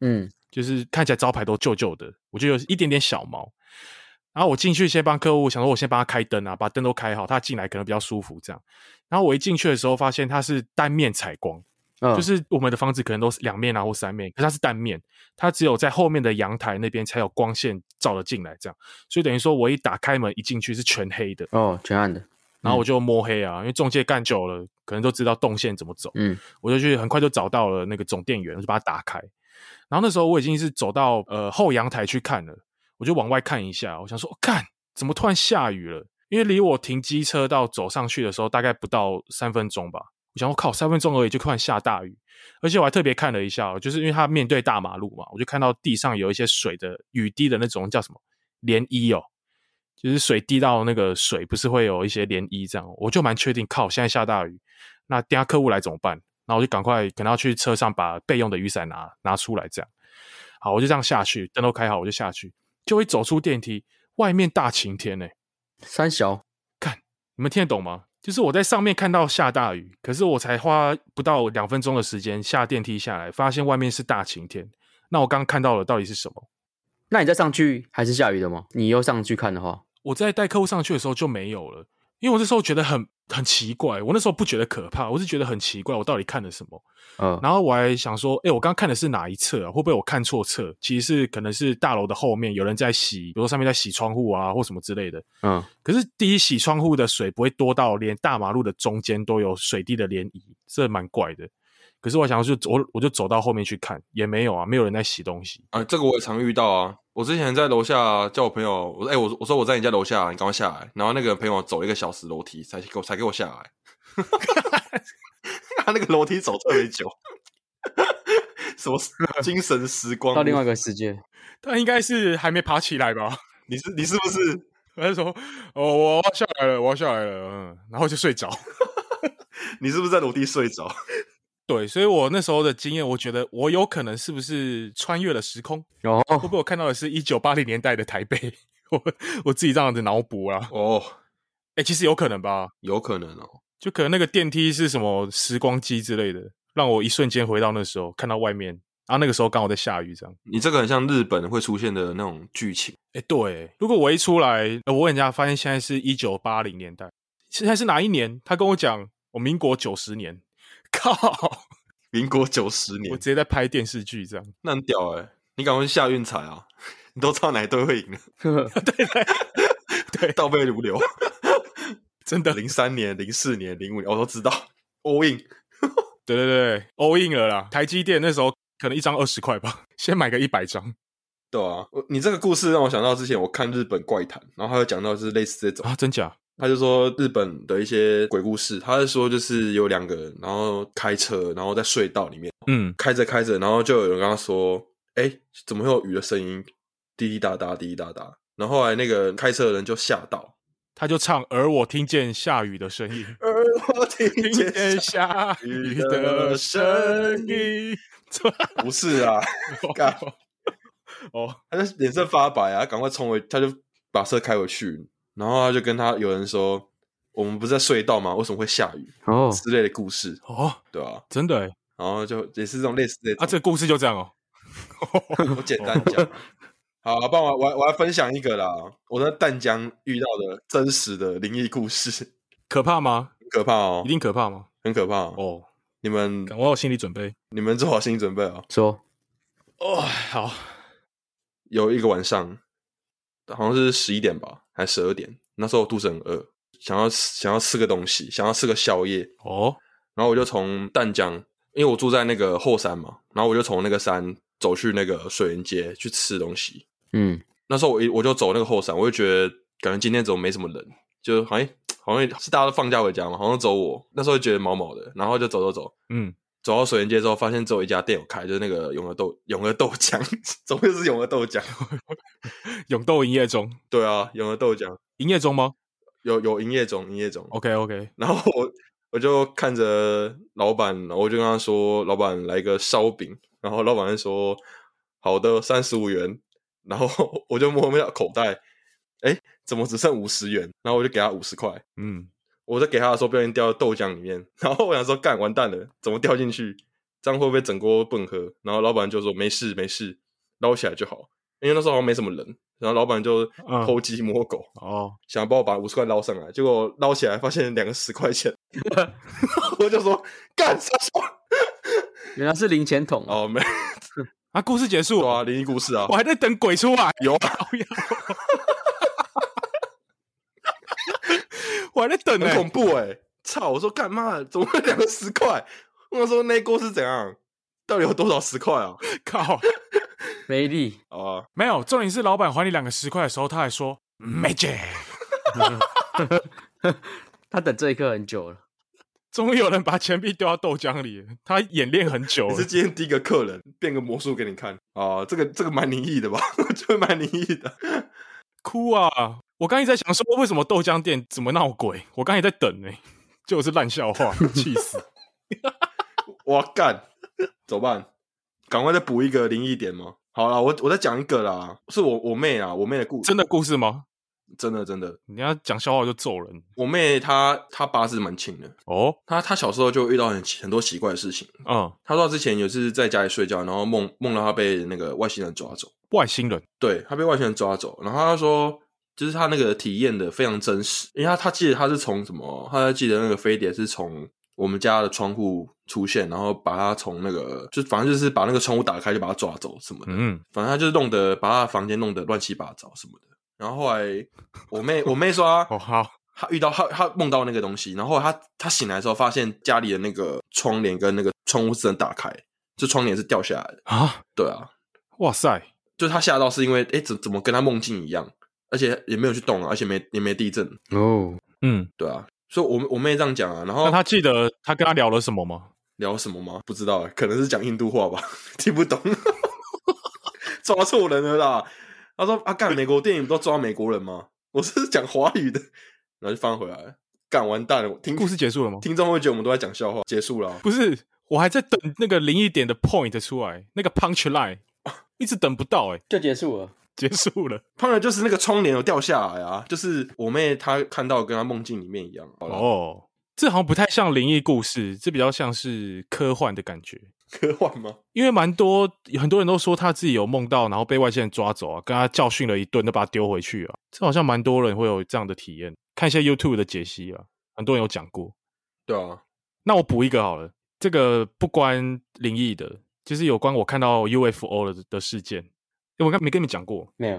嗯，
就是看起来招牌都旧旧的，我就有一点点小毛。然后我进去先帮客户，想说我先帮他开灯啊，把灯都开好，他进来可能比较舒服这样。然后我一进去的时候，发现它是单面采光，
嗯
就是我们的房子可能都是两面啊或三面，可是它是单面，它只有在后面的阳台那边才有光线照了进来，这样，所以等于说我一打开门一进去是全黑的，
哦，全暗的，
然后我就摸黑啊，因为中介干久了，可能都知道动线怎么走，
嗯
我就去很快就找到了那个总电源，我就把它打开，然后那时候我已经是走到呃后阳台去看了，我就往外看一下，我想说，看怎么突然下雨了？因为离我停机车到走上去的时候大概不到三分钟吧，我想我靠，三分钟而已就突然下大雨，而且我还特别看了一下，哦就是因为它面对大马路嘛，我就看到地上有一些水的雨滴的那种叫什么涟漪哦，就是水滴到那个水不是会有一些涟漪这样，我就蛮确定，靠，现在下大雨，那等下客户来怎么办？那我就赶快可能要去车上把备用的雨伞拿拿出来这样。好，我就这样下去，灯都开好，我就下去，就一走出电梯，外面大晴天呢、
三小，
你们听得懂吗？就是我在上面看到下大雨，可是我才花不到两分钟的时间下电梯下来，发现外面是大晴天。那我刚看到了到底是什么？
那你再上去还是下雨的吗？你又上去看的话，
我在带客户上去的时候就没有了，因为我那时候觉得很很奇怪，我那时候不觉得可怕，我是觉得很奇怪，我到底看了什么？
呃，
然后我还想说，哎、我刚看的是哪一侧啊？会不会我看错侧？其实是可能是大楼的后面有人在洗，比如说上面在洗窗户啊，或什么之类的。
嗯
可是第一，洗窗户的水不会多到连大马路的中间都有水滴的涟漪，这蛮怪的。可是我想说就我我就走到后面去看，也没有啊，没有人在洗东西。
啊，这个我也常遇到啊。我之前在楼下叫我朋友，我说：“哎、我说我说我在你家楼下，你赶快下来。”然后那个朋友走一个小时楼梯才给我才给我下来， 他那个楼梯走特别久，什 么精神时光？
到另外一个世界，
他应该是还没爬起来吧？
你是你是不是
他就说：“哦，我要下来了，我要下来了。”嗯，然后就睡着。
你是不是在楼梯睡着？
对，所以我那时候的经验，我觉得我有可能是不是穿越了时空？
然 后
会不会我看到的是一九八零年代的台北？ 我我自己这样子脑补啦。
哦，
哎、其实有可能吧，
有可能哦。
就可能那个电梯是什么时光机之类的，让我一瞬间回到那时候，看到外面，然后那个时候刚好在下雨，这样。
你这个很像日本会出现的那种剧情。
哎、对，如果我一出来，呃我问人家，发现现在是一九八零年代，现在是哪一年？他跟我讲，我民国九十年， 靠！
民国九十
我
年
直，接在拍电视剧这样。
那很屌哎、你赶快去下运彩啊！你都知道哪一队会赢了，
对，
倒背如 流。
真的，
零三年、零四年、零五年，我都知道。all in，
对对对，all in 了啦。台积电那时候可能一张二十块吧，先买个一百张。
对啊，我你这个故事让我想到之前我看日本怪谈，然后他有讲到就是类似这种，
啊，真假？
他就说日本的一些鬼故事，他是说就是有两个人，然后开车，然后在隧道里面
嗯，
开着开着，然后就有人跟他说：“哎，怎么会有雨的声音？滴滴答答，滴滴答答。”然后后来那个开车的人就吓到，
他就唱，而我听见下雨的声音，
而呃我听
听见下雨的声音。
不是 啊，干
哦，
他就脸色发白啊，赶快冲回，他就把车开回去，然后他就跟他有人说：“我们不是在隧道吗？为什么会下雨？”
哦，
之类的故事，
哦，
对吧、啊？
真的耶
然后就也是这种类似的
啊，这个故事就这样哦。
我简单讲啊。
哦
好，帮我我要我来分享一个啦，我在淡江遇到的真实的灵异故事，
可怕吗？
很可怕哦
一，定可怕吗？
很可怕哦。
哦，
你们
我有心理准备。
你们做好心理准备哦。
说
哦，好，
有一个晚上，好像是十一点吧，还十二点，那时候我肚子很饿，想要吃想要吃个东西，想要吃个宵夜，
哦，
然后我就从淡江，因为我住在那个后山嘛，然后我就从那个山走去那个水源街去吃东西，
嗯
那时候我一我就走那个后山，我就觉得感觉今天怎么没什么人，就好像好像是大家都放假回家嘛，好像走我那时候就觉得毛毛的，然后就走走走，
嗯，
走到水源街之后，发现只有一家店有开，就是那个永和豆永和豆浆， 怎么会是永和豆浆？
勇斗营业中，
对啊，永和豆浆，
营业中吗？
有有营业种，营业种。
OK OK，
然后我我就看着老板，然后我就跟他说：“老板，来个烧饼。”然后老板就说：“好的，三十五元。”然后我就摸摸口袋，哎，怎么只剩五十元？然后我就给他五十块。
嗯，
我在给他的时候，不小心掉到豆浆里面，然后我想说，干完蛋了，怎么掉进去？这样会不会整锅不能喝？然后老板就说没事没事，捞起来就好，因为那时候好像没什么人。然后老板就
嗯
偷鸡摸狗，
哦，
想要帮我把五十块捞上来，结果捞起来发现两个十块钱， 我就说干啥？
原来是零钱桶哦，
哦，没
啊，故事结束
有
了，
啊，灵异故事啊
我，还在等鬼出来，
有啊，
我还在等呢、
很恐怖哎、操！我说干嘛？怎么会两个十块？我说那锅是怎样？到底有多少十块啊？
靠，
没力，
好啊，
没有，重点是老板还你两个十块的时候，他还说 magic，
他等这一刻很久了。
终于有人把钱币丢到豆浆里了，他演练很久
你
了
是。今天第一个客人，变个魔术给你看啊！这个这个蛮灵异的吧？ 这个蛮灵异的。
哭啊！我刚才在想说，为什么豆浆店怎么闹鬼？我刚才在等呢、就是烂笑 话，气死！
我干，怎么办？赶快再补一个灵异点吗？好啦，我我再讲一个啦，是我我妹啊，我妹的故事，
真的故事吗？
真的真的，
你要讲笑话就揍人
我妹她她八字蛮轻的，
哦。
她她小时候就遇到很很多奇怪的事情。
嗯，
她说她之前有一次在家里睡觉，然后梦梦到她被那个外星人抓走，
外星人
对她被外星人抓走，然后她说。就是她那个体验的非常真实，因为她她记得她是从什么，她记得那个飞碟是从我们家的窗户出现，然后把它从那个就反正就是把那个窗户打开就把它抓走什么的，
嗯，
反正他就是弄得把他的房间弄得乱七八糟什么的。然后后来我妹我妹说她
哦好，
她遇到她她梦到那个东西，然后她她醒来的时候发现家里的那个窗帘跟那个窗户是能打开，就窗帘是掉下来的。
啊，
对啊，
哇塞，
就她吓到是因为诶怎怎么跟她梦境一样，而且也没有去动啊，而且没也没地震。
哦，
嗯，
对啊，所以我我妹这样讲啊，然后
那他记得他跟他聊了什么吗？
聊什么吗？不知道、欸，可能是讲印度话吧， 听不懂，抓错人了啦。他说：“啊，干美国电影不都抓美国人吗？我是讲华语的。” 然后就翻回来了，干完蛋了，我听
故事结束了吗？
听众会觉得我们都在讲笑话，结束了啊。
不是，我还在等那个灵异点的 point 出来，那个 punch line，一直等不到哎、
就结束了。
结束了
当然就是那个窗帘有掉下来啊，就是我妹她看到跟她梦境里面一样。啊好了，
哦。这好像不太像灵异故事，这比较像是科幻的感觉。
科幻吗？
因为蛮多很多人都说他自己有梦到，然后被外星人抓走啊，跟他教训了一顿，再把他丢回去啊。这好像蛮多人会有这样的体验。看一下 YouTube 的解析啊，很多人有讲过。
对啊，
那我补一个好了，这个不关灵异的，就是有关我看到 UFO 的的事件。诶我刚没跟你们讲过，
没有，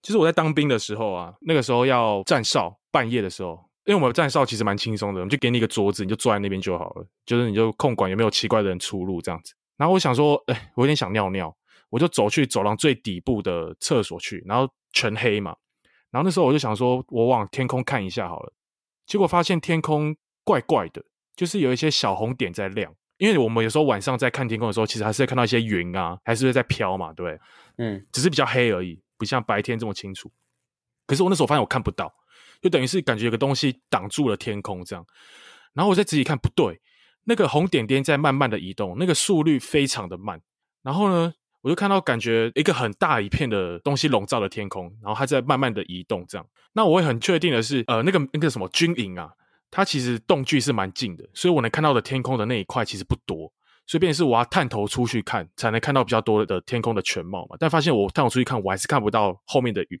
就是我在当兵的时候啊，那个时候要站哨，半夜的时候，因为我们站哨其实蛮轻松的，我们就给你一个桌子，你就坐在那边就好了，就是你就控管有没有奇怪的人出入这样子。然后我想说，哎，我有点想尿尿，我就走去走廊最底部的厕所去，然后全黑嘛。然后那时候我就想说，我往天空看一下好了。结果发现天空怪怪的，就是有一些小红点在亮。因为我们有时候晚上在看天空的时候，其实还是会看到一些云啊，还是会在飘嘛，对不对？
嗯，
只是比较黑而已，不像白天这么清楚。可是我那时候发现我看不到，就等于是感觉有个东西挡住了天空这样。然后我再仔细看，不对，那个红点点在慢慢的移动，那个速率非常的慢。然后呢，我就看到感觉一个很大一片的东西笼罩了天空，然后它在慢慢的移动这样。那我也很确定的是，呃，那个那个什么军营啊，它其实动距是蛮近的，所以我能看到的天空的那一块其实不多。所以便是我要探头出去看，才能看到比较多的天空的全貌嘛。但发现我探头出去看，我还是看不到后面的云，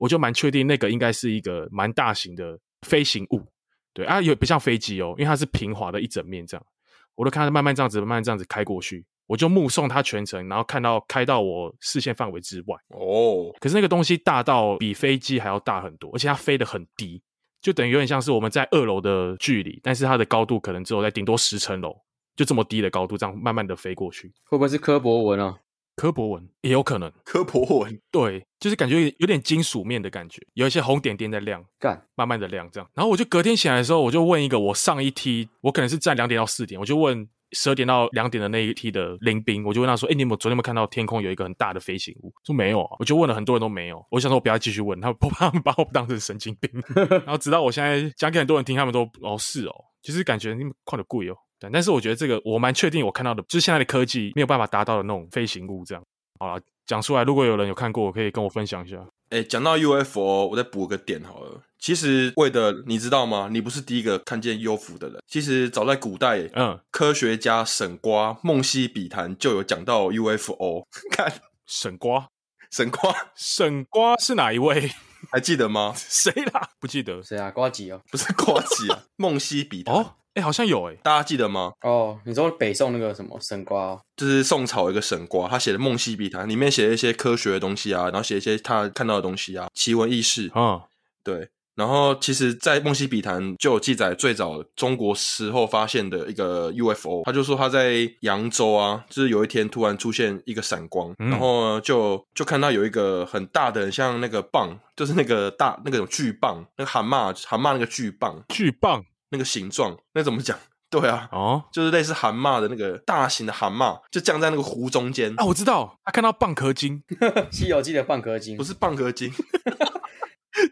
我就蛮确定那个应该是一个蛮大型的飞行物。对啊，也不像飞机哦，因为它是平滑的一整面这样。我都看它慢慢这样子，慢慢这样子开过去，我就目送它全程，然后看到开到我视线范围之外。
哦，
可是那个东西大到比飞机还要大很多，而且它飞得很低，就等于有点像是我们在二楼的距离，但是它的高度可能只有在顶多十层楼，就这么低的高度，这样慢慢的飞过去。
会不会是柯博文啊？
柯博文也有可能，
科普文
对，就是感觉有点金属面的感觉，有一些红点点在亮，
干，
慢慢的亮这样。然后我就隔天醒来的时候，我就问一个我上一梯，我可能是站两点到四点，我就问十二点到两点的那一梯的临兵，我就问他说：“哎、你有没有昨天有没有看到天空有一个很大的飞行物？”说没有啊，我就问了很多人都没有。我想说我不要继续问，他们他 们把我当成神经病。然后直到我现在讲给很多人听，他们都哦是哦，就是感觉你们快点贵哦。对，但是我觉得这个我蛮确定，我看到的就是现在的科技没有办法达到的那种飞行物这样。好了，讲出来，如果有人有看过，可以跟我分享一下。
哎，讲到 UFO，我再补个点好了。其实，为的你知道吗？你不是第一个看见 UFO 的人。其实，早在古代，
嗯，
科学家沈瓜《梦溪笔谈》就有讲到 UFO。看
沈瓜，
沈瓜，
沈瓜是哪一位？
还记得吗？
谁啦？不记得
谁啊？瓜吉哦。
不是瓜子 啊，《梦溪笔谈》
哦，哎、好像有哎、
大家记得吗？
哦，你说北宋那个什么沈瓜、哦？
就是宋朝有一个沈瓜，他写的《梦溪笔谈》，里面写了一些科学的东西啊，然后写一些他看到的东西啊，奇闻异事。
嗯，
对，然后其实，在《梦溪笔谈》就有记载最早中国时候发现的一个 UFO，他就说他在扬州啊，就是有一天突然出现一个闪光，
嗯
然后呢就就看到有一个很大的，很像那个蚌，就是那个大那个巨蚌，那个蛤蟆蛤蟆那个巨蚌
巨棒
那个形状，那怎么讲？ 对啊，
哦
就是类似蛤蟆的那个大型的蛤蟆，就降在那个湖中间，
啊，我知道，他看到蚌壳精，
《西游记》的蚌壳精
不是蚌壳精。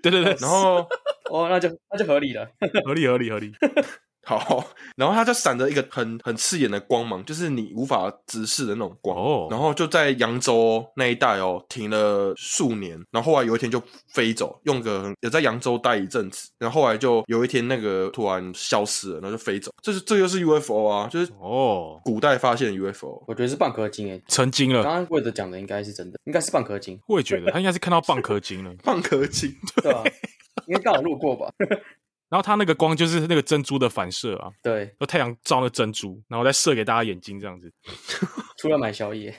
对对对，
然后
哦，那就那就合理了。
合理合理合理，
好，然后它就闪着一个很很刺眼的光芒，就是你无法直视的那种光。
哦
然后就在扬州那一带哦停了数年，然后后来有一天就飞走，用个很也在扬州待一阵子，然后后来就有一天那个突然消失了，然后就飞走。这是这就是 UFO 啊，就是
哦，
古代发现的 UFO。
我觉得是蚌壳精诶。欸
成精
刚
了，
刚魏德讲的应该是真的，应该是蚌壳精，
我也觉得他应该是看到蚌壳精了。
蚌壳精，
对吧、因为刚好路过吧。
然后他那个光就是那个珍珠的反射啊，
对，
就太阳照那珍珠，然后再射给大家眼睛这样子。
出来买宵夜，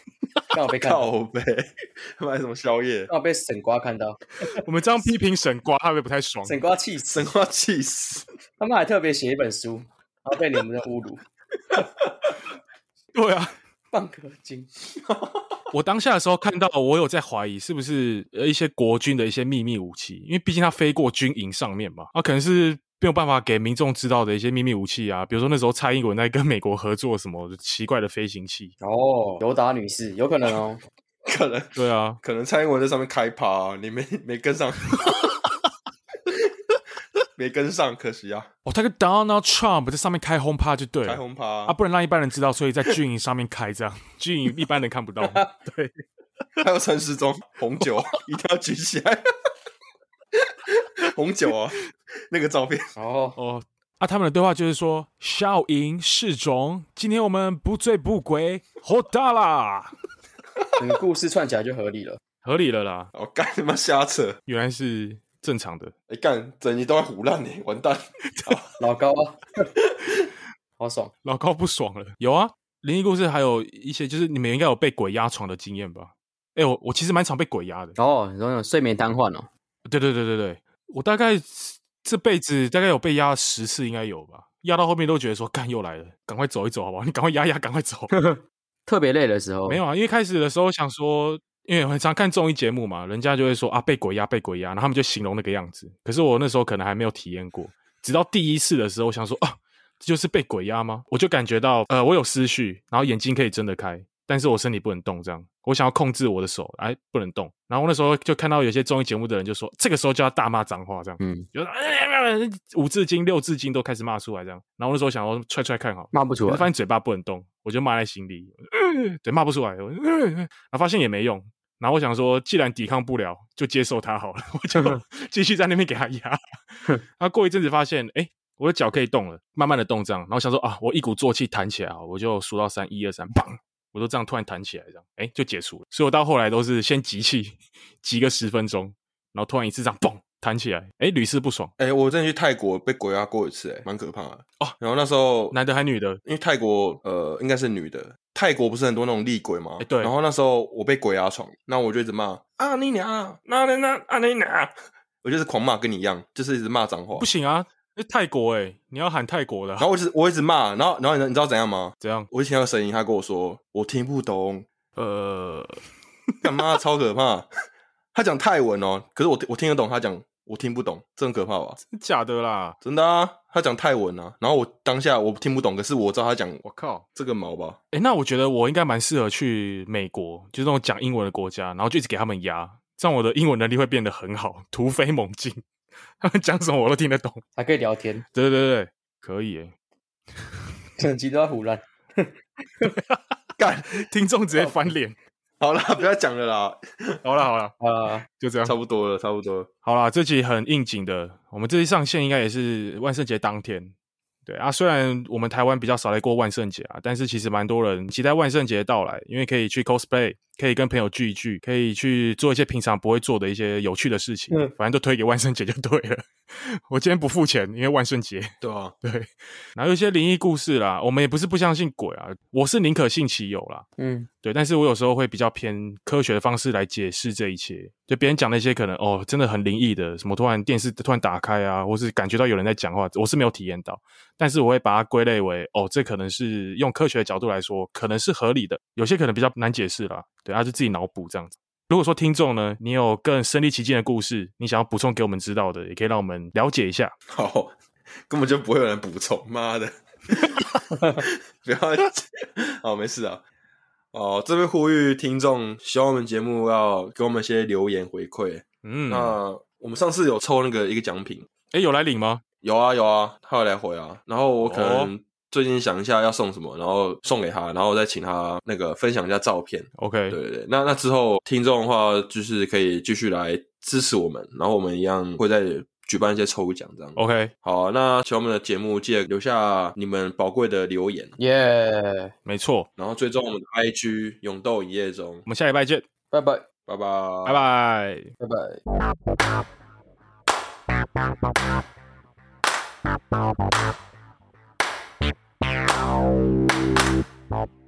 刚好被看到，
靠呗， 买什么宵 夜？
刚好被沈瓜看到，
我们这样批评沈瓜，他会不会不太爽？
沈瓜气死，
神话气死！
他们还特别写一本书，然后被你们的侮辱，
对啊，
蚌壳精。
我当下的时候看到，我有在怀疑是不是呃一些国军的一些秘密武器，因为毕竟它飞过军营上面嘛，啊，可能是没有办法给民众知道的一些秘密武器啊，比如说那时候蔡英文在跟美国合作什么奇怪的飞行器，
哦，尤达女士，有可能哦。
可能
对啊，
可能蔡英文在上面开趴、你没 没跟上，没跟上，可惜啊，
哦，他跟 Donald Trump 在上面开轰趴就对
开
了。
红趴、
啊，不能让一般人知道，所以在军营上面开这样， 军营一般人 看不到。对，
还有陈时中红 酒一定要举起来，红酒啊，那个照片
哦，
哦，啊，他们的对话就是说：“笑盈示众，今天我们不醉不归，活大啦，
整个故事串起来就合理了。
合理了啦。”
哦，干他妈瞎扯，
原来是正常的。
哎、干整集都在胡乱你，完蛋，
老高啊， 好爽。
老高不爽了。有啊，灵异故事还有一些，就是你们应该有被鬼压床的经验吧？哎、我我其实蛮常被鬼压的。
哦，你说那种睡眠瘫痪哦，
对对对对对，我大概这辈子大概有被压十次，应该有吧？压到后面都觉得说，干又来了，赶快走一走，好不好？你赶快压压，赶快走。
特别累的时候，
没有啊，因为开始的时候想说，因为很常看综艺节目嘛，人家就会说啊被鬼压被鬼压，然后他们就形容那个样子。可是我那时候可能还没有体验过，直到第一次的时候，我想说啊，这就是被鬼压吗？我就感觉到呃我有思绪，然后眼睛可以睁得开，但是我身体不能动，这样我想要控制我的手，哎不能动。然后那时候就看到有些综艺节目的人就说，这个时候就要大骂脏话，这样
嗯，
就是、哎五字经六字经都开始骂出来这样。然后那时候想要踹踹看好了。
骂不出
我就发
来。
现嘴巴不能动，我就骂在心里，呃对，骂不出来，我、呃然后发现也没用。然后我想说，既然抵抗不了，就接受它好了， 我就继续在那边给它压。然后过一阵子发现，哎，我的脚可以动了，慢慢的动这样。然后想说啊，我一鼓作气弹起来啊，我就数到三，一二三，砰！我就这样突然弹起来，这样，哎，就解除了。所以我到后来都是先集气，集个十分钟，然后突然一次这样，嘣，弹起来，哎，屡试不爽。
哎、我真的去泰国被鬼压过一次、哎，蛮可怕的
哦。
然后那时候
男的还女的？
因为泰国呃应该是女的，泰国不是很多那种厉鬼吗？
哎对
然后那时候我被鬼压床，那我就一直骂啊你娘，那那那啊你娘，我就是狂骂，跟你一样，就是一直骂脏话
不。行啊，那泰国哎、你要喊泰国的
然
啊、
后我一直我一直骂，然后然后你知你知道怎样吗？
怎样？
我一听到声音，他跟我说我听不懂，
呃，
干嘛超可怕？他讲泰文哦，可是我我听得懂他讲我听不懂，这很可怕吧？
真假的啦？
真的啊，他讲泰文啊，然后我当下我听不懂，可是我知道他讲
我靠！
这个毛吧，
哎、那我觉得我应该蛮适合去美国，就是那种讲英文的国家，然后就一直给他们压，这样我的英文能力会变得很好， 突飞猛进。他们讲什么我都听得懂。
还可以聊天，
对对对对，可以欸耶！
整集都在胡 乱。
干，
听众直接翻脸。
好啦，不要讲了啦，
好了好了，
嗯
啊，
就这样
差。不多了，差不多了。
好啦，这集很应景的，我们这集上线应该也是万圣节当天。对啊，虽然我们台湾比较少来过万圣节啊，但是其实蛮多人期待万圣节的到来，因为可以去 cosplay，可以跟朋友聚一聚，可以去做一些平常不会做的一些有趣的事情。
嗯
反正都推给万圣节就对了。 我今天不付钱，因为万圣节。
对啊，
对，然后有一些灵异故事啦，我们也不是不相信鬼啊，我是宁可信其有啦。
嗯，
对，但是我有时候会比较偏科学的方式来解释这一切。就别人讲那些可能哦，真的很灵异的，什么突然电视突然打开啊，或是感觉到有人在讲话，我是没有体验到，但是我会把它归类为哦，这可能是用科学的角度来说，可能是合理的，有些可能比较难解释啦。对，他、就自己脑补这样子。如果说听众呢，你有更身临其境的故事，你想要补充给我们知道的，也可以让我们了解一下。
好， 根本就不会有人补充，妈 的，不要，好，没事啊。哦，这边呼吁听众，希望我们节目要给我们一些留言回馈。
嗯，
那我们上次有抽那个一个奖品，
哎，有来领吗？
有啊有啊，他有来回啊。然后我可
哦
能最近想一下要送什么，然后送给他，然后再请他那个分享一下照片。
OK，
对对对，那那之后听众的话，就是可以继续来支持我们，然后我们一样会再举办一些抽奖这样。
，OK，
好、啊，那喜欢我们的节目，记得留下你们宝贵的留言，
耶，
没错，
然后追踪我们的 IG 永斗一夜中
我，们下礼拜见，
拜拜，
拜拜，
拜拜。
拜拜。
Bye.